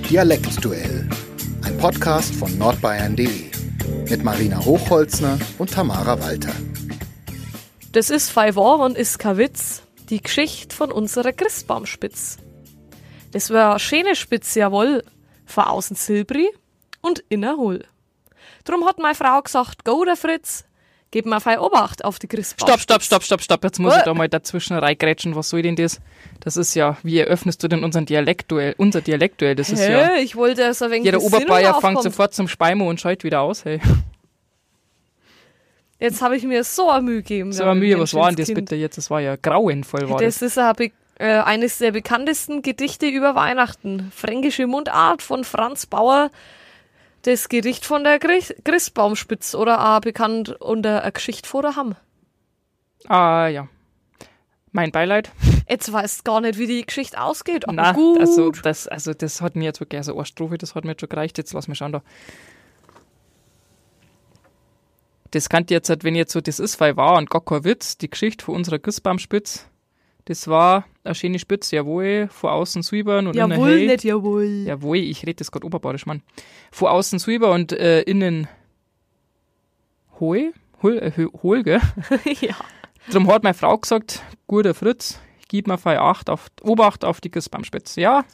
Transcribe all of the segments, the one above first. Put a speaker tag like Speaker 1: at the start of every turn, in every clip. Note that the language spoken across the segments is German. Speaker 1: Dialektduell, ein Podcast von nordbayern.de mit Marina Hochholzner und Tamara Walter.
Speaker 2: Das ist Five Ohr und ist kein Witz, die Geschichte von unserer Christbaumspitz. Das war eine schöne Spitz, jawohl, von außen silbri und inner hohl. Drum hat meine Frau gesagt, go der Fritz, gib mal fein Obacht auf die Christbaum.
Speaker 3: Stopp, stopp, stopp, stopp, stopp. Jetzt muss ich da mal dazwischen reingrätschen. Was soll denn das? Das ist ja, wie eröffnest du denn unseren Dialektduell? Unser Dialektduell, das ist ja.
Speaker 2: Hä, ich wollte es ein wenig
Speaker 3: Jeder
Speaker 2: Besinnung
Speaker 3: Oberbayer fängt
Speaker 2: aufkommt.
Speaker 3: sofort zum Speimo und schaut wieder aus, hey.
Speaker 2: Jetzt habe ich mir so eine Mühe gegeben.
Speaker 3: So
Speaker 2: ja,
Speaker 3: war
Speaker 2: mit
Speaker 3: Mühe,
Speaker 2: dem
Speaker 3: was war denn das
Speaker 2: Schinskind.
Speaker 3: bitte jetzt? Das war ja grauenvoll, war das.
Speaker 2: Das ist ein Be- äh, eines der bekanntesten Gedichte über Weihnachten. Fränkische Mundart von Franz Bauer. Das Gedicht von der Christ Christbaumspitz oder auch bekannt unter eine Geschichte vor der Hamm.
Speaker 3: Ah, ja. Mein Beileid.
Speaker 2: Jetzt weiß gar nicht, wie die Geschichte ausgeht. Aber
Speaker 3: Na,
Speaker 2: gut.
Speaker 3: also das, also das hat mir jetzt wirklich, also eine Strophe, das hat mir jetzt schon gereicht. Jetzt lass mich schauen da. Das kann jetzt, halt, wenn jetzt so, das ist weil wahr und gar kein Witz, die Geschichte von unserer Christbaumspitz, das war eine schöne Spitze, jawohl, vor außen silbern und innen
Speaker 2: jawohl,
Speaker 3: hell.
Speaker 2: nicht jawohl.
Speaker 3: Jawohl, ich rede das gerade oberbadisch, Mann. Vor außen silber und äh, innen hohl, hohl, äh, hohl, gell?
Speaker 2: ja.
Speaker 3: Drum hat meine Frau gesagt, guter Fritz, gib mir voll Acht auf, Obacht auf die Christbaumspitze. Ja,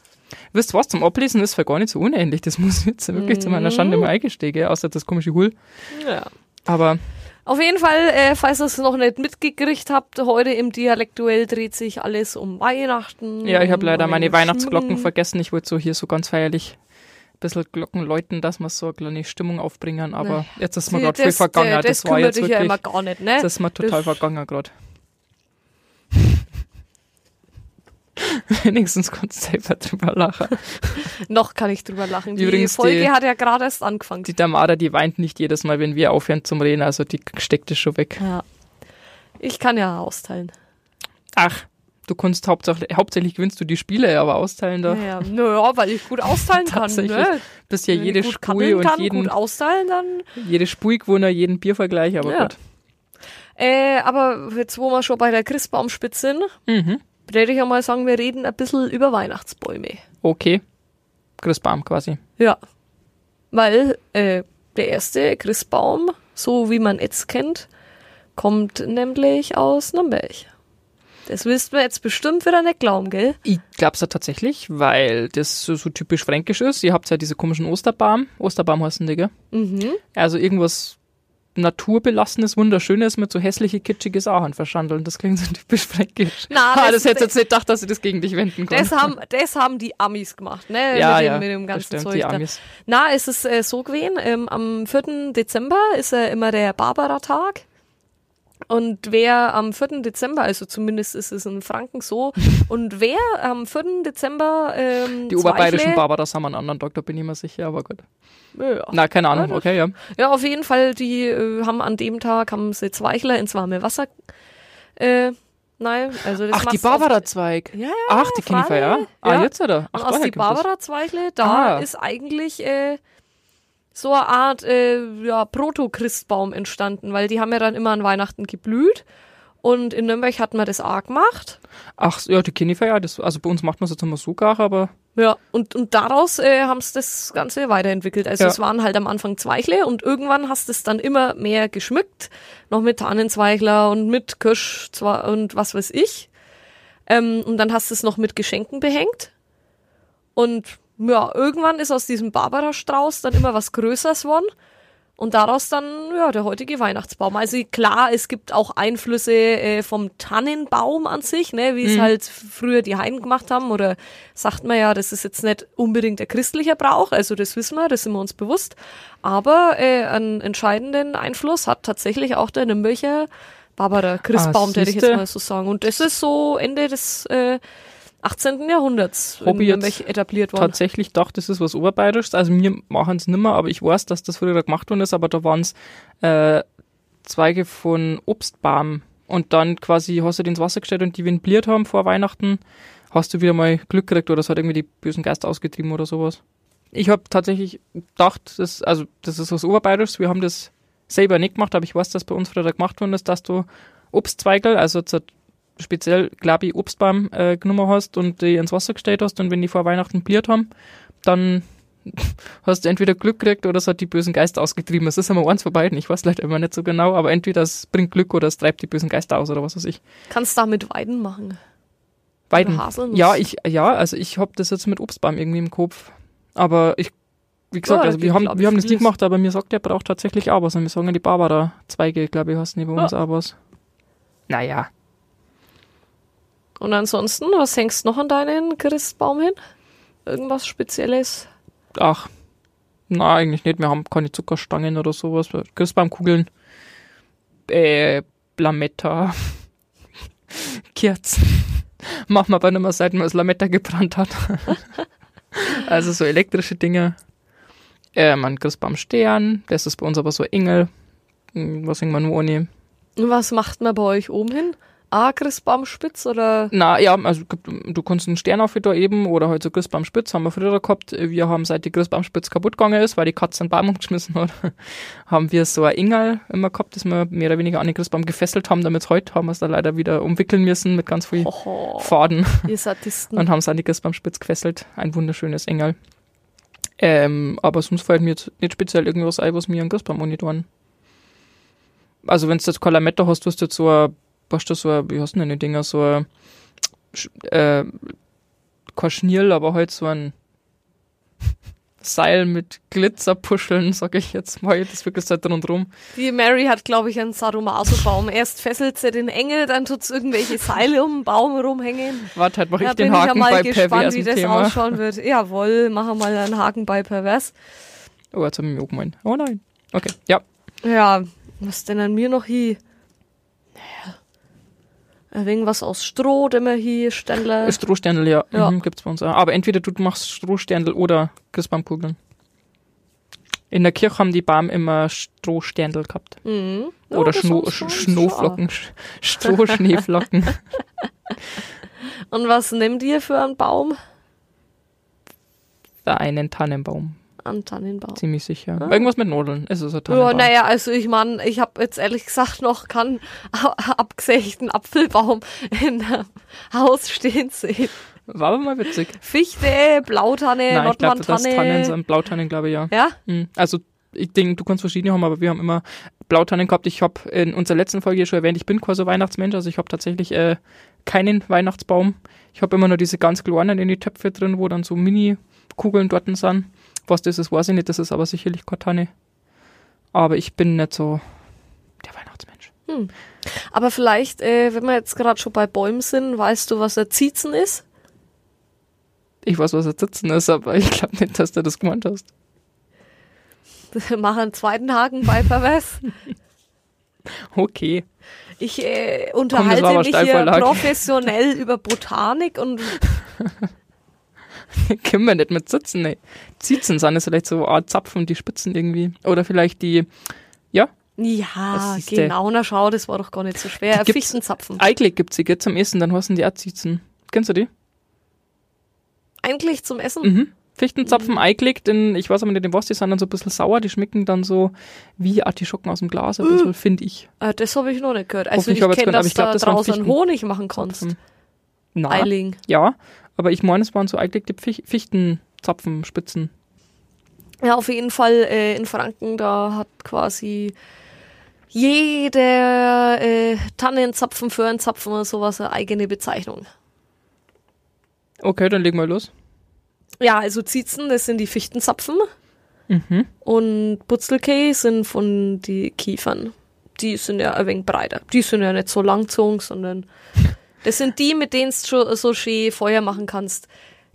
Speaker 3: wisst was, zum Ablesen ist voll gar nicht so unähnlich. Das muss ich jetzt wirklich zu meiner Schande
Speaker 2: Mhm.
Speaker 3: mal eingestehen, gell, außer das komische Hul.
Speaker 2: ja.
Speaker 3: Aber
Speaker 2: Auf jeden Fall, äh, falls ihr es noch nicht mitgekriegt habt, heute im Dialektuell dreht sich alles um Weihnachten.
Speaker 3: ja, ich habe
Speaker 2: um
Speaker 3: leider meine
Speaker 2: neuen
Speaker 3: Weihnachtsglocken
Speaker 2: Schmuck.
Speaker 3: vergessen. Ich wollte so hier so ganz feierlich ein bisschen Glocken läuten, dass wir so eine kleine Stimmung aufbringen. Aber
Speaker 2: Naja,
Speaker 3: jetzt ist mir gerade
Speaker 2: Das- äh,
Speaker 3: viel vergangen.
Speaker 2: Das,
Speaker 3: Das,
Speaker 2: das
Speaker 3: war
Speaker 2: kümmert
Speaker 3: jetzt
Speaker 2: dich
Speaker 3: wirklich,
Speaker 2: ja immer gar nicht, ne?
Speaker 3: das ist mir total
Speaker 2: das-
Speaker 3: vergangen gerade. Wenigstens kannst du selber drüber lachen.
Speaker 2: Noch kann ich drüber lachen. Die
Speaker 3: Übrigens,
Speaker 2: Folge
Speaker 3: die-
Speaker 2: hat ja gerade erst angefangen.
Speaker 3: Die Tamara, die weint nicht jedes Mal, wenn wir aufhören zum Reden, also die steckt es schon weg.
Speaker 2: ja. Ich kann ja austeilen.
Speaker 3: Ach, du kannst hauptsächlich, hauptsächlich gewinnst du die Spiele, aber austeilen da.
Speaker 2: Naja, naja, weil ich gut austeilen kann.
Speaker 3: Tatsächlich.
Speaker 2: Ne?
Speaker 3: Bist ja
Speaker 2: Wenn
Speaker 3: jede
Speaker 2: ich gut
Speaker 3: Spui
Speaker 2: kaddeln
Speaker 3: und
Speaker 2: kann,
Speaker 3: jeden,
Speaker 2: gut austeilen, dann.
Speaker 3: jede Spui gewonnen, jeden Biervergleich, aber
Speaker 2: Ja.
Speaker 3: gut.
Speaker 2: Äh, aber jetzt, wo wir schon bei der Christbaumspitze sind,
Speaker 3: Mhm.
Speaker 2: würde ich ja mal sagen, wir reden ein bisschen über Weihnachtsbäume.
Speaker 3: Okay. Christbaum quasi.
Speaker 2: Ja. Weil äh, der erste Christbaum, so wie man jetzt kennt, kommt nämlich aus Nürnberg. Das willst du mir jetzt bestimmt wieder nicht glauben, gell?
Speaker 3: Ich glaub's ja tatsächlich, weil das so, so typisch fränkisch ist. Ihr habt ja diese komischen Osterbaum. Osterbaum heißen die, gell?
Speaker 2: Mhm.
Speaker 3: Also irgendwas naturbelassenes, wunderschönes mit so hässliche, kitschige Sachen verschandeln. Das klingt so typisch fränkisch.
Speaker 2: Na,
Speaker 3: ah,
Speaker 2: das-
Speaker 3: das hättest du jetzt nicht gedacht, dass ich das gegen dich wenden kann.
Speaker 2: Das haben, das haben die Amis gemacht, ne?
Speaker 3: ja,
Speaker 2: mit, dem,
Speaker 3: ja,
Speaker 2: mit dem
Speaker 3: das
Speaker 2: ganzen
Speaker 3: stimmt,
Speaker 2: Zeug.
Speaker 3: die
Speaker 2: da.
Speaker 3: Amis.
Speaker 2: Na, es ist äh, so gewesen, ähm, am 4. Dezember ist ja immer der Barbara-Tag. Und wer am 4. Dezember, also zumindest ist es in Franken so, und wer am 4. Dezember ähm,
Speaker 3: Die oberbayerischen
Speaker 2: Zweifle-
Speaker 3: Barbaras haben einen anderen Doktor, bin ich mir sicher, aber gut.
Speaker 2: ja.
Speaker 3: Na, keine Ahnung, okay, ja.
Speaker 2: ja, auf jeden Fall, die äh, haben an dem Tag, haben sie Zweichler ins warme Wasser, äh, nein, also das
Speaker 3: Ach, die
Speaker 2: machst du auf-
Speaker 3: Barbara-Zweig.
Speaker 2: Ja, ja,
Speaker 3: Ach, die kenne ich
Speaker 2: Frage,
Speaker 3: ja. Ah,
Speaker 2: ja.
Speaker 3: jetzt oder? Ach,
Speaker 2: Und aus
Speaker 3: daher
Speaker 2: die
Speaker 3: kommt das.
Speaker 2: Barbara-Zweichle, da
Speaker 3: Ah.
Speaker 2: ist eigentlich äh, so eine Art äh, ja, Proto-Christbaum entstanden, weil die haben ja dann immer an Weihnachten geblüht. Und in Nürnberg hat man das auch gemacht.
Speaker 3: Ach, ja, die kenne ich ja. Das, also bei uns macht man es jetzt immer so gar, aber
Speaker 2: Ja, und, und daraus äh, haben sie das Ganze weiterentwickelt. Also
Speaker 3: Ja.
Speaker 2: es waren halt am Anfang Zweichle und irgendwann hast du es dann immer mehr geschmückt, noch mit Tannenzweigler und mit Kirsch zwar- und was weiß ich. Ähm, und dann hast du es noch mit Geschenken behängt. Und ja, irgendwann ist aus diesem Barbara-Strauß dann immer was Größeres worden. Und daraus dann, ja, der heutige Weihnachtsbaum. Also klar, es gibt auch Einflüsse äh, vom Tannenbaum an sich, ne, wie
Speaker 3: Mhm.
Speaker 2: es halt früher die Heiden gemacht haben. Oder sagt man ja, das ist jetzt nicht unbedingt der christliche Brauch, also das wissen wir, das sind wir uns bewusst. Aber äh, einen entscheidenden Einfluss hat tatsächlich auch der Nürnberger Barbara Christbaum,
Speaker 3: Ah,
Speaker 2: der ich jetzt
Speaker 3: siehste.
Speaker 2: mal so sagen. Und das ist so Ende des äh, 18. Jahrhunderts
Speaker 3: Hobby
Speaker 2: in
Speaker 3: jetzt
Speaker 2: Nürnberg etabliert worden.
Speaker 3: tatsächlich dachte, das ist was Oberbayerisches. Also wir machen es nimmer, aber ich weiß, dass das früher gemacht worden ist, aber da waren es äh, Zweige von Obstbaum. Und dann quasi hast du die ins Wasser gestellt und die wenn bliert haben vor Weihnachten, hast du wieder mal Glück gekriegt oder es hat irgendwie die bösen Geister ausgetrieben oder sowas. Ich habe tatsächlich gedacht, das, also das ist was Oberbayerisches. Wir haben das selber nicht gemacht, aber ich weiß, dass bei uns früher gemacht worden ist, dass du Obstzweigel, also jetzt speziell, glaube ich, Obstbaum äh, genommen hast und die ins Wasser gestellt hast und wenn die vor Weihnachten bliert haben, dann hast du entweder Glück gekriegt oder es hat die bösen Geister ausgetrieben. Es ist immer eins von beiden, ich weiß leider immer nicht so genau, aber entweder es bringt Glück oder es treibt die bösen Geister aus oder was weiß ich.
Speaker 2: Kannst damit Weiden machen.
Speaker 3: Beiden.
Speaker 2: Oder Haselnuss.
Speaker 3: Ja, ich, ja, also ich hab das jetzt mit Obstbaum irgendwie im Kopf. Aber ich, wie gesagt,
Speaker 2: Ja,
Speaker 3: also
Speaker 2: das
Speaker 3: wir
Speaker 2: geht,
Speaker 3: haben,
Speaker 2: glaub ich,
Speaker 3: wir haben das nie
Speaker 2: vieles.
Speaker 3: gemacht, aber mir sagt, der braucht tatsächlich auch was. Und wir sagen ja die Barbara-Zweige, glaube ich, heißt die bei uns auch was. Naja.
Speaker 2: Und ansonsten, was hängst noch an deinen Christbaum hin? Irgendwas Spezielles?
Speaker 3: Ach. Na, eigentlich nicht. Wir haben keine Zuckerstangen oder sowas. Christbaumkugeln. Äh, Lametta. Kerzen. Machen wir aber nicht mehr, seit man das Lametta gebrannt hat. also so elektrische Dinge. Ähm, ein Christbaumstern. Das ist bei uns aber so ein Engel. Hm, Was hängen wir nur ohne?
Speaker 2: Und was macht man bei euch oben hin? Ah, Christbaumspitz oder?
Speaker 3: Na ja, also gibt- du kannst einen Stern auf wieder eben oder halt so Christbaumspitz haben wir früher gehabt. Wir haben seit die Christbaumspitz kaputt gegangen ist, weil die Katze einen Baum umgeschmissen hat, haben wir so ein Engel immer gehabt, das wir mehr oder weniger an den Christbaum gefesselt haben, damit heute haben wir es dann leider wieder umwickeln müssen mit ganz viel
Speaker 2: Hoho,
Speaker 3: Faden
Speaker 2: ihr Sadisten.
Speaker 3: und haben es an die Christbaumspitz gefesselt. Ein wunderschönes Engel. Ähm, aber sonst fällt mir jetzt nicht speziell irgendwas ein, was mir an Christbaum monitoren. Also wenn du jetzt Kalametta hast, hast du jetzt so ein, hast du so ein, wie hast du denn die Dinger, so ein, Sch- äh, kein Schnirl, aber halt so ein Seil mit Glitzerpuscheln, sag ich jetzt mal, das wirklich halt drin und rum.
Speaker 2: Die Mary hat, glaube ich, einen Sadomaso-Baum. Erst fesselt sie den Engel, dann tut sie irgendwelche Seile um den Baum rumhängen.
Speaker 3: Warte, halt mach ich
Speaker 2: Da
Speaker 3: den
Speaker 2: bin ich ja
Speaker 3: Haken
Speaker 2: mal
Speaker 3: bei
Speaker 2: gespannt,
Speaker 3: perversen
Speaker 2: wie das
Speaker 3: Thema.
Speaker 2: ausschauen wird. Jawohl, mach mal einen Haken bei pervers.
Speaker 3: Oh, jetzt hab ich mich auch gemeint. Oh nein. Okay, ja.
Speaker 2: Ja, was denn an mir noch hier? Naja. Irgendwas aus Stroh, den wir hier Ständler.
Speaker 3: Strohsternl, ja.
Speaker 2: Äh, Ja.
Speaker 3: Mhm, gibt's bei uns auch. Aber entweder du machst Strohsternl oder Christbaumkugeln. In der Kirche haben die Bam immer Strohsternl gehabt.
Speaker 2: Mhm. Ja,
Speaker 3: oder
Speaker 2: das
Speaker 3: Schno
Speaker 2: sonst schon ist
Speaker 3: Schneeflocken. Sch- Strohschneeflocken.
Speaker 2: wahr. Und was nehmt ihr für einen Baum?
Speaker 3: da einen Tannenbaum.
Speaker 2: Einen Tannenbaum.
Speaker 3: Ziemlich sicher. Irgendwas mit Nudeln. Es ist ein
Speaker 2: Ah. Ja,
Speaker 3: Tannenbaum.
Speaker 2: naja, also ich meine, ich habe jetzt ehrlich gesagt noch keinen a- abgesägten Apfelbaum in einem Haus stehen sehen.
Speaker 3: War aber mal witzig.
Speaker 2: Fichte, Blautanne,
Speaker 3: Nein, ich glaube, das Tannen
Speaker 2: Nordmantanne.
Speaker 3: sind Blautannen, glaube ich, ja.
Speaker 2: Ja,
Speaker 3: Mhm. Also ich denke, du kannst verschiedene haben, aber wir haben immer Blautannen gehabt. Ich habe in unserer letzten Folge schon erwähnt, ich bin quasi Weihnachtsmensch, also ich habe tatsächlich äh, keinen Weihnachtsbaum. Ich habe immer nur diese ganz kleinen in die Töpfe drin, wo dann so Mini-Kugeln dort sind. Was das ist, weiß ich nicht, das ist aber sicherlich Kortanne. Aber ich bin nicht so der Weihnachtsmensch.
Speaker 2: aber vielleicht, äh, wenn wir jetzt gerade schon bei Bäumen sind, weißt du, was der Ziezen ist?
Speaker 3: Ich weiß, was er sitzen ist, aber ich glaube nicht, dass du das gemeint hast.
Speaker 2: Mach einen zweiten Haken bei Pervers.
Speaker 3: Okay.
Speaker 2: Ich äh,
Speaker 3: war
Speaker 2: unterhalte
Speaker 3: aber
Speaker 2: mich hier
Speaker 3: Steilvorlage.
Speaker 2: professionell über Botanik und
Speaker 3: Können wir nicht mit Sitzen, ey. Zitzen sind es vielleicht so eine Art Zapfen, die Spitzen irgendwie. Oder vielleicht die, ja,
Speaker 2: ja,
Speaker 3: Das siehste.
Speaker 2: genau, na schau, das war doch gar nicht so schwer.
Speaker 3: Die gibt's-
Speaker 2: Fichtenzapfen.
Speaker 3: Eigle gibt's die gell, zum Essen, dann heißen die auch Zitzen. Kennst du die?
Speaker 2: Eigentlich zum Essen.
Speaker 3: Mhm. Fichtenzapfen eiklig, denn ich weiß aber nicht, was die sind dann so ein bisschen sauer, die schmecken dann so wie Artischocken aus dem Glas, ein bisschen, finde ich.
Speaker 2: Äh, das habe ich noch nicht gehört. Also
Speaker 3: Hoffentlich
Speaker 2: ich
Speaker 3: habe ich jetzt
Speaker 2: kenne,
Speaker 3: gehört, aber
Speaker 2: dass
Speaker 3: ich glaub,
Speaker 2: da
Speaker 3: das waren
Speaker 2: draußen
Speaker 3: Fichten.
Speaker 2: Honig machen konntest.
Speaker 3: Na,
Speaker 2: Eiling.
Speaker 3: Ja, aber ich meine, es waren so eiklig die Fich Fichtenzapfenspitzen.
Speaker 2: Ja, auf jeden Fall äh, in Franken, da hat quasi jeder äh, Tannenzapfen, Föhrenzapfen oder sowas eine eigene Bezeichnung.
Speaker 3: Okay, dann legen wir los.
Speaker 2: Ja, also Ziezen, das sind die Fichtenzapfen
Speaker 3: Mhm.
Speaker 2: und Butzelkee sind von die Kiefern. Die sind ja ein wenig breiter. Die sind ja nicht so langzogen, sondern das sind die, mit denen du schon so schön Feuer machen kannst.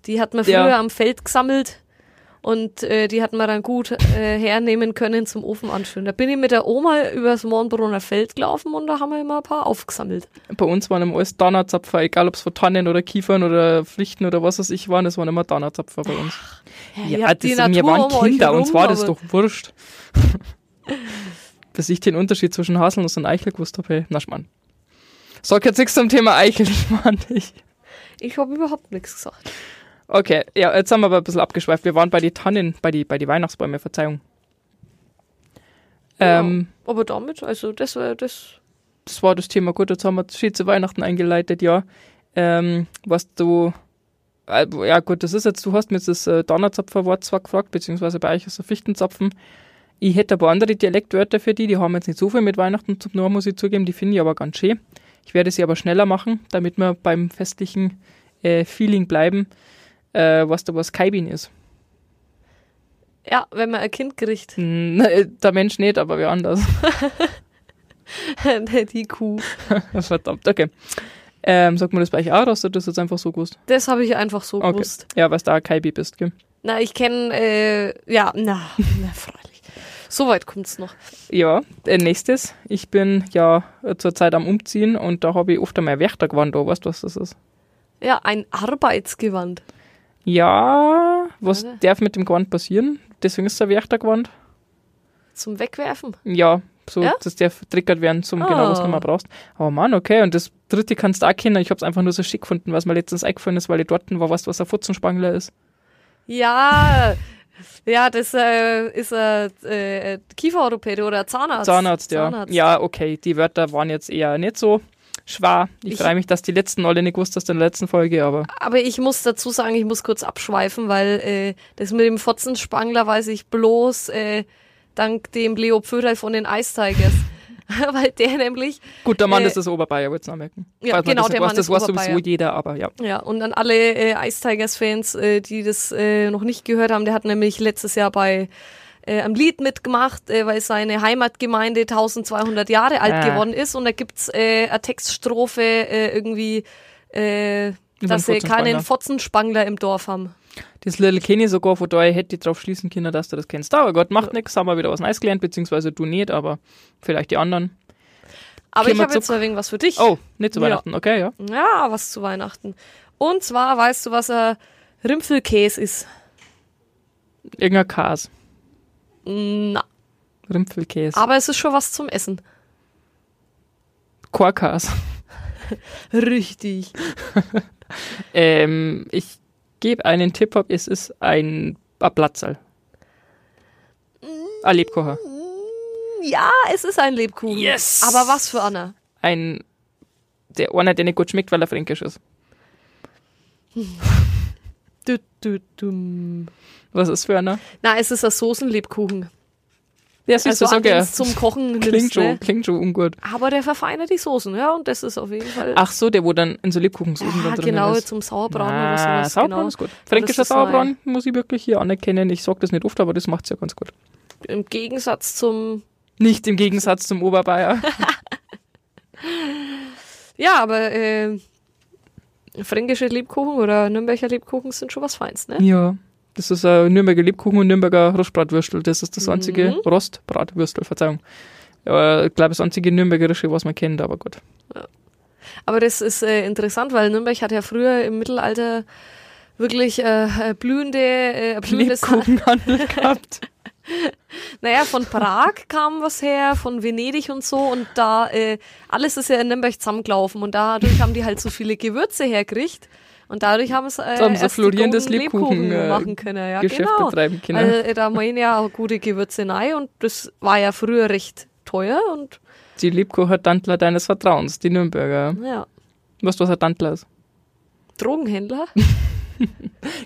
Speaker 2: Die hat man
Speaker 3: Ja.
Speaker 2: früher am Feld gesammelt und äh, die hat man dann gut äh, hernehmen können zum Ofen anschön. Da bin ich mit der Oma übers Mornbrunner Feld gelaufen und da haben wir immer ein paar aufgesammelt.
Speaker 3: Bei uns waren immer alles Dannerzapfer, egal ob es von Tannen oder Kiefern oder Fichten oder was weiß ich waren, es waren immer Dannerzapfer bei uns.
Speaker 2: ihr habt die
Speaker 3: wir
Speaker 2: Natur
Speaker 3: waren
Speaker 2: um euch
Speaker 3: Kinder, uns
Speaker 2: herum,
Speaker 3: war das
Speaker 2: aber-
Speaker 3: doch wurscht. Bis ich den Unterschied zwischen Haselnuss und Eichel gewusst habe, hey, na schmarrn. Sag jetzt nichts zum Thema Eichel, ich meine dich.
Speaker 2: Ich habe überhaupt nichts gesagt.
Speaker 3: Okay, ja, jetzt haben wir aber ein bisschen abgeschweift. Wir waren bei den Tannen, bei die, bei die Weihnachtsbäume, Verzeihung.
Speaker 2: Genau.
Speaker 3: Ähm,
Speaker 2: ja. Aber damit, also das war das.
Speaker 3: das war das Thema. Gut, jetzt haben wir viel zu Weihnachten eingeleitet, ja. Ähm, was du, äh, ja gut, das ist jetzt, du hast mir jetzt das äh, Donnerzapferwort zwar gefragt, beziehungsweise bei euch ist es Fichtenzapfen. Ich hätte aber andere Dialektwörter für die, die haben jetzt nicht so viel mit Weihnachten zu tun, muss ich zugeben, die finde ich aber ganz schön. Ich werde sie aber schneller machen, damit wir beim festlichen äh, Feeling bleiben, äh, was da was Kaibin ist.
Speaker 2: Ja, wenn man ein Kind kriegt.
Speaker 3: Hm, der Mensch nicht, aber wer anders.
Speaker 2: ne, die Kuh.
Speaker 3: Verdammt, okay. Ähm, sagt man das bei euch auch, oder hast du das jetzt einfach so gewusst?
Speaker 2: Das habe ich einfach so
Speaker 3: Okay.
Speaker 2: gewusst.
Speaker 3: Ja, weil du da Kaibi bist, gell?
Speaker 2: Na, ich kenne, äh, ja, na, na freilich. So weit kommt's noch.
Speaker 3: Ja, äh, nächstes. Ich bin ja äh, zurzeit am Umziehen und da habe ich oft einmal Wächtergewand da. Weißt du, was das ist?
Speaker 2: Ja, ein Arbeitsgewand.
Speaker 3: Ja, was
Speaker 2: Warte.
Speaker 3: darf mit dem Gewand passieren? Deswegen ist es ein Wächtergewand.
Speaker 2: Zum Wegwerfen.
Speaker 3: Ja, so,
Speaker 2: Ja?
Speaker 3: das darf triggert werden zum genau, was du
Speaker 2: Ah.
Speaker 3: nicht mehr brauchst. Oh Mann, okay. Und das dritte kannst du auch kennen. Ich habe es einfach nur so schick gefunden, was mir letztens eingefallen ist, weil ich dort war, weißt du, was ein Futzenspangler ist.
Speaker 2: Ja, ja, das äh, ist ein äh, Kieferorthopäde oder ein Zahnarzt.
Speaker 3: Zahnarzt, ja. Ja, okay. Die Wörter waren jetzt eher nicht so schwer. Ich,
Speaker 2: Ich-
Speaker 3: freue mich, dass die letzten alle nicht gewusst hast in der letzten Folge, aber
Speaker 2: Aber ich muss dazu sagen, ich muss kurz abschweifen, weil äh, das mit dem Fotzenspangler weiß ich bloß äh, dank dem Leo Pföderl von den Ice Tigers. weil der nämlich
Speaker 3: gut, der Mann
Speaker 2: Äh,
Speaker 3: ist das Oberbayer, würde ich noch merken.
Speaker 2: ja,
Speaker 3: Falls man
Speaker 2: genau,
Speaker 3: das nicht
Speaker 2: der
Speaker 3: weiß,
Speaker 2: Mann
Speaker 3: Das
Speaker 2: ist
Speaker 3: weiß
Speaker 2: Oberbayer.
Speaker 3: sowieso jeder, aber ja.
Speaker 2: Ja, und an alle äh, Ice Tigers-Fans, äh, die das äh, noch nicht gehört haben, der hat nämlich letztes Jahr bei äh, am Lied mitgemacht, äh, weil seine Heimatgemeinde 1200 Jahre alt
Speaker 3: Ah.
Speaker 2: geworden ist und da gibt's äh, eine Textstrophe äh, irgendwie, äh,
Speaker 3: den
Speaker 2: dass sie keinen
Speaker 3: Fotzenspangler.
Speaker 2: Fotzenspangler im Dorf haben.
Speaker 3: Das Little Kenny sogar, von daher hätte ich drauf schließen können, dass du das kennst. Aber Gott, macht nix, haben wir wieder was Neues gelernt, beziehungsweise du nicht, aber vielleicht die anderen.
Speaker 2: Aber
Speaker 3: Gehen
Speaker 2: ich
Speaker 3: wir
Speaker 2: habe jetzt
Speaker 3: zurück.
Speaker 2: mal wegen was für dich.
Speaker 3: Oh, nicht zu
Speaker 2: Ja.
Speaker 3: Weihnachten, okay, ja.
Speaker 2: Ja, was zu Weihnachten. Und zwar weißt du, was ein Rimpfelkäse ist?
Speaker 3: Irgendein Kas,
Speaker 2: Na,
Speaker 3: Rimpfelkäse,
Speaker 2: aber es ist schon was zum Essen.
Speaker 3: Chorkas.
Speaker 2: Richtig.
Speaker 3: Ähm, ich gebe einen Tipp ab, es ist ein, ein Platzerl. Ein Lebkuchen.
Speaker 2: Ja, es ist ein Lebkuchen.
Speaker 3: Yes!
Speaker 2: Aber was für Anna?
Speaker 3: ein der einer, der nicht gut schmeckt, weil er fränkisch ist.
Speaker 2: Du, du, dum.
Speaker 3: Was ist für einer?
Speaker 2: Na, es ist ein Soßenlebkuchen.
Speaker 3: Ja, siehst
Speaker 2: also
Speaker 3: du,
Speaker 2: an
Speaker 3: sag ja.
Speaker 2: den's zum Kochen
Speaker 3: Klingt
Speaker 2: nimmst,
Speaker 3: schon,
Speaker 2: ne?
Speaker 3: klingt schon ungut.
Speaker 2: Aber der verfeinert die Soßen, ja, und das ist auf jeden Fall.
Speaker 3: Ach so, der wo dann in so Lebkuchensoßen
Speaker 2: ah,
Speaker 3: dann drin
Speaker 2: genau,
Speaker 3: ist.
Speaker 2: zum Sauerbraten
Speaker 3: ah,
Speaker 2: oder sowas.
Speaker 3: Sauerbraten
Speaker 2: Genau.
Speaker 3: ist gut.
Speaker 2: das
Speaker 3: Fränkischer
Speaker 2: ist neu.
Speaker 3: Sauerbraten muss ich wirklich hier anerkennen. Ich sag das nicht oft, aber das macht's ja ganz gut.
Speaker 2: Im Gegensatz zum.
Speaker 3: Nicht im Gegensatz zum Oberbayer.
Speaker 2: Ja, aber äh, fränkische Lebkuchen oder Nürnberger Lebkuchen sind schon was Feins, ne?
Speaker 3: ja. Das ist ein Nürnberger Lebkuchen und Nürnberger Rostbratwürstel. Das ist
Speaker 2: Mhm.
Speaker 3: das einzige Rostbratwürstel, Verzeihung. Äh, Ich glaube, das einzige Nürnbergerische, was man kennt, aber gut.
Speaker 2: Aber das ist äh, interessant, weil Nürnberg hat ja früher im Mittelalter wirklich äh, äh, blühende, äh, blühendes
Speaker 3: Lebkuchenhandel gehabt.
Speaker 2: Naja, von Prag kam was her, von Venedig und so und da äh, alles ist ja in Nürnberg zusammengelaufen und dadurch haben die halt so viele Gewürze hergekriegt und dadurch haben es äh,
Speaker 3: So haben sie
Speaker 2: erst die
Speaker 3: florierendes
Speaker 2: guten
Speaker 3: Lebkuchen, äh,
Speaker 2: machen können, ja
Speaker 3: Geschäft
Speaker 2: genau.
Speaker 3: betreiben können.
Speaker 2: Also äh, da meinen ja auch gute Gewürze rein und das war ja früher recht teuer und
Speaker 3: Die Lebkuchen-Dantler deines Vertrauens, die Nürnberger.
Speaker 2: ja,
Speaker 3: Weißt du, was ein Dantler ist?
Speaker 2: Drogenhändler.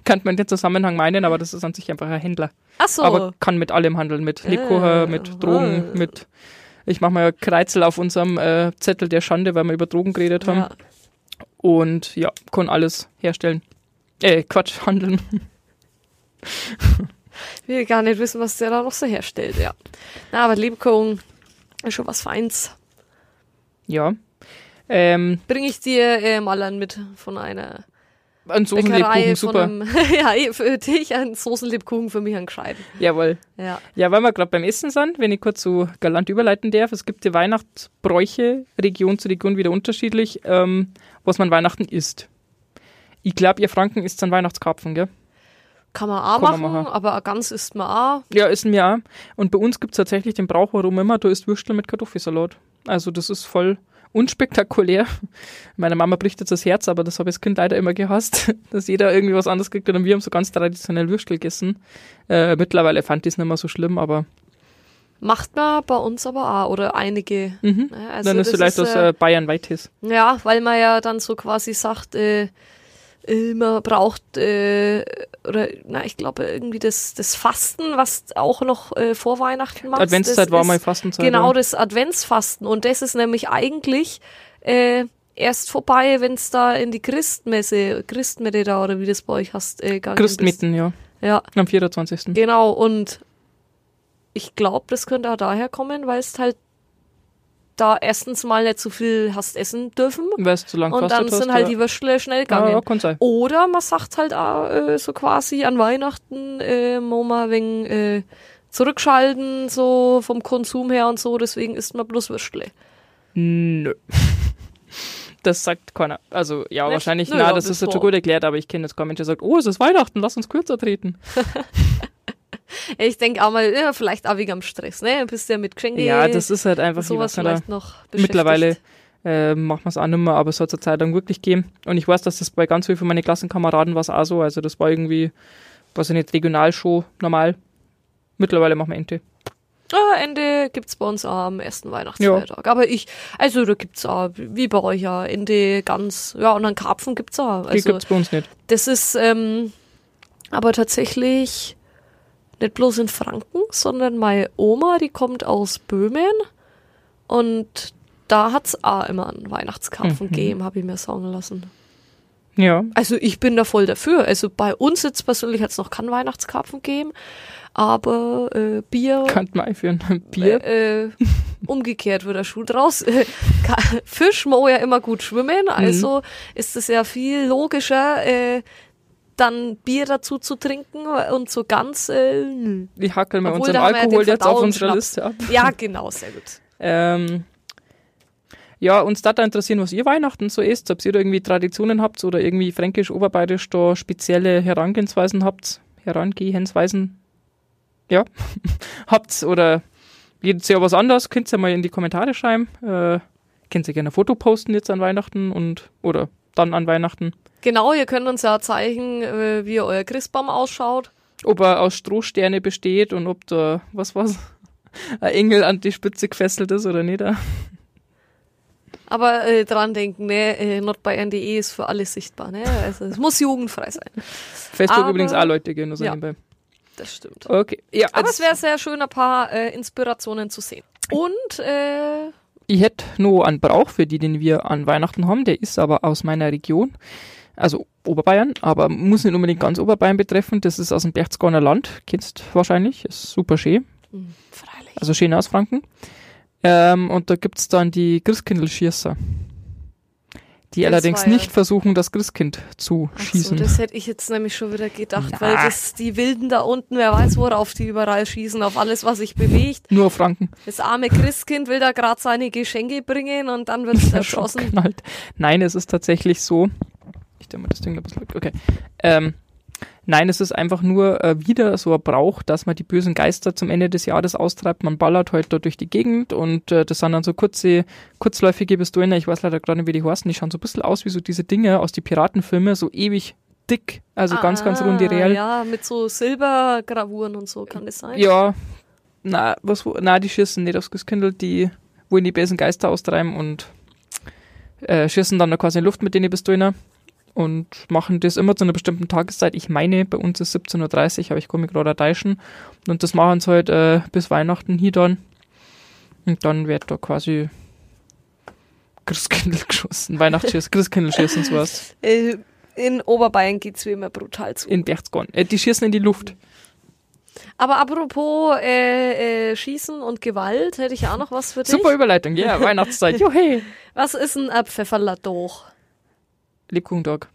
Speaker 3: Kann man den Zusammenhang meinen, aber das ist an sich einfach ein Händler.
Speaker 2: Ach so.
Speaker 3: Aber kann mit allem handeln, mit Lebkuchen,
Speaker 2: Äh,
Speaker 3: mit Drogen,
Speaker 2: äh.
Speaker 3: mit... Ich mache mal Kreizel auf unserem äh, Zettel der Schande, weil wir über Drogen geredet haben.
Speaker 2: ja.
Speaker 3: Und ja, kann alles herstellen. Äh, Quatsch, handeln.
Speaker 2: Wir gar nicht wissen, was der da noch so herstellt, ja. Na, aber Lebkuchen ist schon was Feins.
Speaker 3: Ja. Ähm,
Speaker 2: Bring ich dir äh, mal einen mit von einer
Speaker 3: ein
Speaker 2: Bäckerei von
Speaker 3: Soßenlebkuchen, super.
Speaker 2: einem, ja, eh, für dich ein Soßenlebkuchen, für mich einen Gescheiten.
Speaker 3: Jawohl.
Speaker 2: Ja.
Speaker 3: Ja, weil wir gerade beim Essen sind, wenn ich kurz so galant überleiten darf, es gibt die Weihnachtsbräuche Region zu Region wieder unterschiedlich, ähm, was man Weihnachten isst. Ich glaube, ihr Franken isst dann Weihnachtskarpfen, gell?
Speaker 2: Kann man auch
Speaker 3: Kann man
Speaker 2: machen,
Speaker 3: machen.
Speaker 2: aber auch ganz isst man auch.
Speaker 3: Ja, essen wir auch. Und bei uns gibt es tatsächlich den Brauch, warum immer, du isst Würstel mit Kartoffelsalat. Also das ist voll unspektakulär. Meine Mama bricht jetzt das Herz, aber das habe ich als Kind leider immer gehasst, dass jeder irgendwie was anderes kriegt. Und wir haben so ganz traditionell Würstel gegessen. Äh, mittlerweile fand ich es nicht mehr so schlimm, aber
Speaker 2: Macht man bei uns aber auch, oder einige.
Speaker 3: mhm.
Speaker 2: Ja, also
Speaker 3: äh, dann ist vielleicht das äh, Bayern-Weit ist.
Speaker 2: ja, weil man ja dann so quasi sagt, äh, äh, man braucht, äh, oder na, ich glaube irgendwie das, das Fasten, was auch noch äh, vor Weihnachten macht.
Speaker 3: Adventszeit
Speaker 2: das
Speaker 3: war
Speaker 2: ist-
Speaker 3: mal Fastenzeit.
Speaker 2: Genau,
Speaker 3: ja.
Speaker 2: das Adventsfasten. Und das ist nämlich eigentlich äh, erst vorbei, wenn es da in die Christmesse, Christmette da oder wie das bei euch heißt, äh, gegangen ist.
Speaker 3: Christmitten, ja.
Speaker 2: Ja,
Speaker 3: Am 24.
Speaker 2: genau. Und ich glaube, das könnte auch daher kommen, weil es halt da erstens mal nicht so viel hast essen dürfen
Speaker 3: Weil es zu lang
Speaker 2: und dann
Speaker 3: gefastet
Speaker 2: sind
Speaker 3: hast,
Speaker 2: halt
Speaker 3: ja.
Speaker 2: die Würstle schnell
Speaker 3: ja,
Speaker 2: gegangen.
Speaker 3: ja, kann sein.
Speaker 2: Oder man sagt halt auch, äh, so quasi an Weihnachten äh, muss man wegen äh, zurückschalten, so vom Konsum her und so, deswegen isst man bloß Würstle.
Speaker 3: Nö. Das sagt keiner. Also, ja,
Speaker 2: Nicht?
Speaker 3: wahrscheinlich,
Speaker 2: Nö,
Speaker 3: na,
Speaker 2: ja,
Speaker 3: das
Speaker 2: das
Speaker 3: ist jetzt
Speaker 2: war-
Speaker 3: schon gut erklärt, aber ich kenne jetzt keinen Menschen, der sagt, oh, es ist Weihnachten, lass uns kürzer treten.
Speaker 2: Ich denke auch mal, ja, vielleicht auch wegen am Stress, ne? Bist ja mit Geschenke
Speaker 3: Ja, das ist halt einfach, ich
Speaker 2: sowas
Speaker 3: weiß nicht,
Speaker 2: vielleicht noch beschäftigt.
Speaker 3: mittlerweile äh, macht man es auch nicht mehr, aber es hat zur Zeit lang wirklich gegeben. Und ich weiß, dass das bei ganz vielen von meinen Klassenkameraden war es auch so. Also das war irgendwie, weiß ich nicht, Regionalshow normal. Mittlerweile machen wir Ente.
Speaker 2: Ah, Ende gibt's bei uns auch am ersten Weihnachtsfeiertag. Aber ich, also da gibt's auch, wie bei euch ja, Ende, Gans, ja, und dann Karpfen gibt's auch.
Speaker 3: Die
Speaker 2: Also
Speaker 3: gibt's bei uns nicht.
Speaker 2: das ist ähm, aber tatsächlich nicht bloß in Franken, sondern meine Oma, die kommt aus Böhmen und da hat's auch immer einen Weihnachtskarpfen
Speaker 3: Mhm.
Speaker 2: gegeben, habe ich mir sagen lassen.
Speaker 3: Ja.
Speaker 2: Also ich bin da voll dafür. Also bei uns jetzt persönlich hat's noch keinen Weihnachtskarpfen gegeben, aber äh, Bier
Speaker 3: Könnte man einführen. Bier.
Speaker 2: äh, äh, umgekehrt wird der Schuh draus. äh, Ka- Fisch muss ja immer gut schwimmen, also ist es ja viel logischer, äh, dann Bier dazu zu trinken und so ganz. Äh, nö.
Speaker 3: Die hackeln wir
Speaker 2: obwohl,
Speaker 3: unseren
Speaker 2: da haben wir ja
Speaker 3: Alkohol
Speaker 2: den
Speaker 3: jetzt auf unserer
Speaker 2: Verdauungsschnaps.
Speaker 3: Liste ab.
Speaker 2: ja, genau, sehr gut.
Speaker 3: Ähm, ja, uns da interessieren, was ihr Weihnachten so isst, ob ihr da irgendwie Traditionen habt oder irgendwie fränkisch, oberbayerisch da spezielle Herangehensweisen habt, Herangehensweisen, ja, habt oder jedes Jahr was anderes, könnt ihr mal in die Kommentare schreiben. Äh, könnt ihr gerne ein Foto posten jetzt an Weihnachten und oder dann an Weihnachten.
Speaker 2: Genau, ihr könnt uns ja zeigen, äh, wie euer Christbaum ausschaut.
Speaker 3: Ob er aus Strohsterne besteht und ob da, was war's, ein Engel an die Spitze gefesselt ist oder nicht.
Speaker 2: Aber äh, dran denken, ne, äh, notbayern.de ist für alle sichtbar, ne? Also es muss jugendfrei sein.
Speaker 3: Facebook
Speaker 2: Aber-
Speaker 3: übrigens auch Leute gehen, also
Speaker 2: Ja.
Speaker 3: nebenbei.
Speaker 2: Das stimmt.
Speaker 3: Okay. Ja,
Speaker 2: Aber
Speaker 3: jetzt-
Speaker 2: es wäre sehr schön, ein paar äh, Inspirationen zu sehen. Und äh,
Speaker 3: Ich hätte nur einen Brauch für die, den wir an Weihnachten haben. Der ist aber aus meiner Region, also Oberbayern, aber muss nicht unbedingt ganz Oberbayern betreffen. Das ist aus dem Berchtesgadener Land, kennst wahrscheinlich, ist super schön,
Speaker 2: mh, Hm, freilich.
Speaker 3: also schön aus Franken. Ähm, und da gibt's dann die Christkindl-Schießer, die
Speaker 2: Das
Speaker 3: allerdings
Speaker 2: war ja-
Speaker 3: nicht versuchen, das Christkind zu
Speaker 2: Ach so,
Speaker 3: schießen.
Speaker 2: das hätte ich jetzt nämlich schon wieder gedacht,
Speaker 3: Na.
Speaker 2: weil das, die Wilden da unten, wer weiß, worauf die überall schießen, auf alles, was sich bewegt.
Speaker 3: Nur auf Franken.
Speaker 2: Das arme Christkind will da gerade seine Geschenke bringen und dann wird es
Speaker 3: Das
Speaker 2: erschossen.
Speaker 3: abknallt. Nein, es ist tatsächlich so. Ich denke mal, das Ding ein bisschen. Okay. Ähm, nein, es ist einfach nur äh, wieder so ein Brauch, dass man die bösen Geister zum Ende des Jahres austreibt. Man ballert heute dort durch die Gegend und äh, das sind dann so kurze, kurzläufige Pistolen. Ich weiß leider gerade nicht, wie die heißen. Die schauen so ein bisschen aus wie so diese Dinge aus die Piratenfilme, so ewig dick, also ganz, ganz rund die Real.
Speaker 2: Ah, Ja, mit so Silbergravuren und so kann das sein.
Speaker 3: Ja, na, was, wo- na, die schießen nicht aufs Christkindl, die wollen die bösen Geister austreiben und äh, schießen dann quasi in Luft mit denen Pistolen und machen das immer zu einer bestimmten Tageszeit. Ich meine, bei uns ist 17.30 Uhr, aber ich komme gerade deischen und das machen sie halt äh, bis Weihnachten hier dann und dann wird da quasi Christkindl geschossen, Weihnachtsschießen, Christkindl schießen sowas
Speaker 2: Äh, in Oberbayern geht's wie immer brutal zu.
Speaker 3: in Berchtesgaden. Äh, die schießen in die Luft.
Speaker 2: Aber apropos äh, äh, Schießen und Gewalt, hätte ich auch noch was für dich.
Speaker 3: Super Überleitung, ja, Weihnachtszeit, jo hey.
Speaker 2: Was ist ein äh, Pfefferladoch?
Speaker 3: Lebkuchen Dog.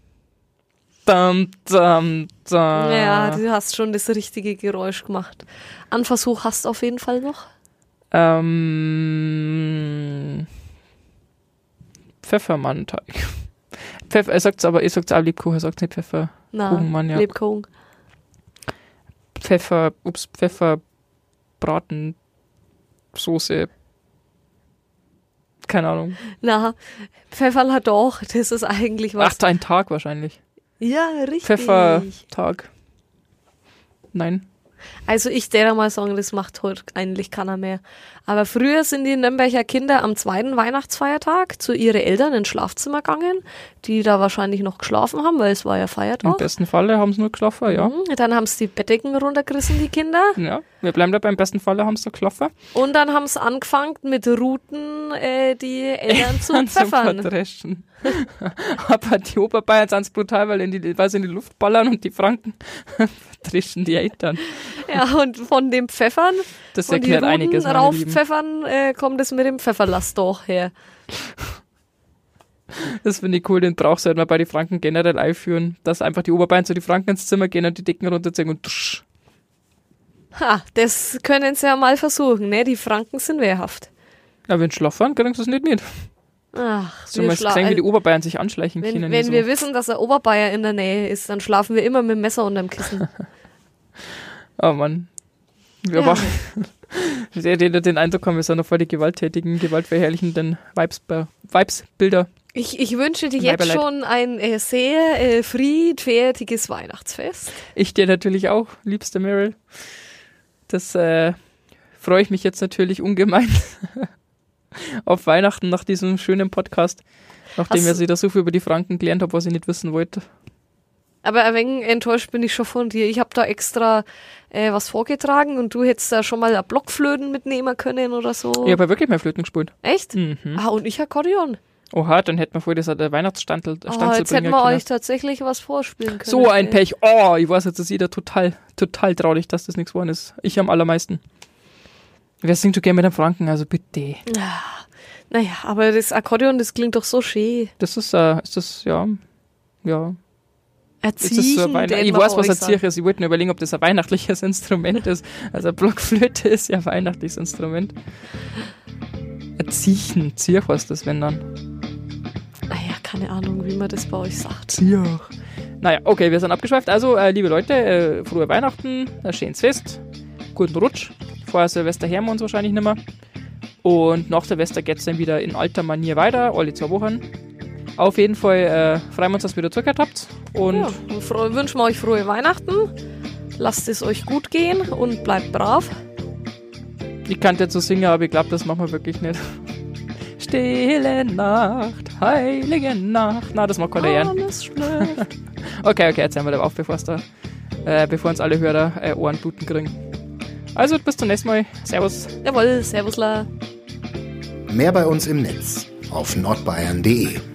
Speaker 3: Dum, dum, dum.
Speaker 2: Ja, du hast schon das richtige Geräusch gemacht. Anversuch hast du auf jeden Fall noch.
Speaker 3: ähm, Pfeffermannteig. Pfeffer, er sagt's aber, er sagt's auch Lebkuchen, er sagt's nicht Pfeffer.
Speaker 2: Na,
Speaker 3: Kuchenmann, ja.
Speaker 2: Lebkuchen.
Speaker 3: Pfeffer, ups, Pfeffer, Braten, Soße. Keine Ahnung.
Speaker 2: Na, Pfefferl hat doch, das ist eigentlich was.
Speaker 3: Ach, ein Tag wahrscheinlich.
Speaker 2: ja, richtig.
Speaker 3: Pfeffertag. Nein.
Speaker 2: Also ich der mal sagen, das macht heute eigentlich keiner mehr. Aber früher sind die Nürnberger Kinder am zweiten Weihnachtsfeiertag zu ihren Eltern ins Schlafzimmer gegangen, die da wahrscheinlich noch geschlafen haben, weil es war ja
Speaker 3: Im
Speaker 2: Feiertag.
Speaker 3: besten Falle haben sie nur geschlafen, ja.
Speaker 2: Mhm, Dann haben sie die Bettdecken runtergerissen, die Kinder.
Speaker 3: Ja, wir bleiben dabei, im besten Falle haben sie geschlafen.
Speaker 2: Und dann haben sie angefangen mit Routen äh, die Eltern zu pfeffern.
Speaker 3: verdreschen. Aber die Oberbayern sind brutal, weil, in die, weil sie in die Luft ballern und die Franken verdreschen die Eltern.
Speaker 2: Ja, und von dem Pfeffern
Speaker 3: Das
Speaker 2: und die
Speaker 3: erklärt
Speaker 2: Ruten
Speaker 3: einiges, meine Lieben.
Speaker 2: raufpfeffern äh, kommt es mit dem Pfefferlass doch her.
Speaker 3: Das finde ich cool, den Brauch sollten wir bei den Franken generell einführen, dass einfach die Oberbayern zu den Franken ins Zimmer gehen und die Dicken runterziehen und tsch.
Speaker 2: Ha, das können sie ja mal versuchen, ne? Die Franken sind wehrhaft.
Speaker 3: Ja, wenn sie schlafen, kriegen sie es nicht mit.
Speaker 2: Ach,
Speaker 3: So mal
Speaker 2: wir schla- äh,
Speaker 3: gesehen, wie die Oberbayern sich anschleichen
Speaker 2: wenn,
Speaker 3: können.
Speaker 2: wenn
Speaker 3: so.
Speaker 2: wir wissen, dass der Oberbayer in der Nähe ist, dann schlafen wir immer mit dem Messer unterm Kissen.
Speaker 3: oh Mann. Wir
Speaker 2: Ja.
Speaker 3: machen. Der, der, den Eindruck haben, wir sind noch voll die gewalttätigen, gewaltverherrlichenden Vibes, Vibesbilder.
Speaker 2: Ich, ich wünsche dir jetzt
Speaker 3: Leiberleid.
Speaker 2: schon ein äh, sehr äh, friedfertiges Weihnachtsfest.
Speaker 3: Ich dir natürlich auch, liebste Meryl. Das äh, freue ich mich jetzt natürlich ungemein auf Weihnachten nach diesem schönen Podcast, nachdem
Speaker 2: Hast
Speaker 3: wir
Speaker 2: du-
Speaker 3: sie da so viel über die Franken gelernt haben, was ich nicht wissen wollte.
Speaker 2: Aber ein wenig enttäuscht bin ich schon von dir. Ich habe da extra äh, was vorgetragen und du hättest da schon mal ein Blockflöten mitnehmen können oder so.
Speaker 3: Ich habe ja wirklich mehr Flöten gespielt.
Speaker 2: Echt?
Speaker 3: Mhm.
Speaker 2: Ah, und ich Akkordeon.
Speaker 3: Oha, dann hätten wir vorher das an der Weihnachtsstandel
Speaker 2: Oh,
Speaker 3: Stanzel
Speaker 2: jetzt hätten
Speaker 3: bringen
Speaker 2: wir
Speaker 3: können.
Speaker 2: euch tatsächlich was vorspielen können.
Speaker 3: So ein Pech. Oh, ich weiß jetzt, dass jeder total, total traurig, dass das nichts geworden ist. Ich am allermeisten. Wer singt so gerne mit dem Franken? Also bitte.
Speaker 2: Mhm. Naja, aber das Akkordeon, das klingt doch so schön.
Speaker 3: Das ist, äh, ist das, ja, ja, Ist das
Speaker 2: Erziehen,
Speaker 3: so ein Weihnacht-
Speaker 2: den
Speaker 3: ich
Speaker 2: wir
Speaker 3: weiß, was
Speaker 2: euch
Speaker 3: ein
Speaker 2: sagen.
Speaker 3: Zirch ist. Ich wollte nur überlegen, ob das ein weihnachtliches Instrument ist. Also eine Blockflöte ist ja ein weihnachtliches Instrument. Ein Ziechen, Zirch heißt das, wenn dann.
Speaker 2: Naja, keine Ahnung, wie man das bei euch sagt.
Speaker 3: Zirch. Naja, okay, wir sind abgeschweift. Also, äh, liebe Leute, äh, frohe Weihnachten, ein schönes Fest, guten Rutsch. Vorher Silvester hören wir uns wahrscheinlich nicht mehr. Und nach Silvester geht es dann wieder in alter Manier weiter, alle zwei Wochen. Auf jeden Fall äh, freuen wir uns, dass ihr wieder zurückgehört habt. Und
Speaker 2: Ja, und fro- wünschen wir euch frohe Weihnachten. Lasst es euch gut gehen und bleibt brav.
Speaker 3: Ich kann jetzt so singen, aber ich glaube, das machen wir wirklich nicht. Stille Nacht, heilige Nacht. Na, das mag keiner hören.
Speaker 2: Alles schläft.
Speaker 3: Okay, okay, jetzt hören wir da auf, bevor da, äh, bevor uns alle Hörer äh, Ohren bluten kriegen. Also, bis zum nächsten Mal. Servus.
Speaker 2: Jawohl, Servusler.
Speaker 1: Mehr bei uns im Netz auf nordbayern.de.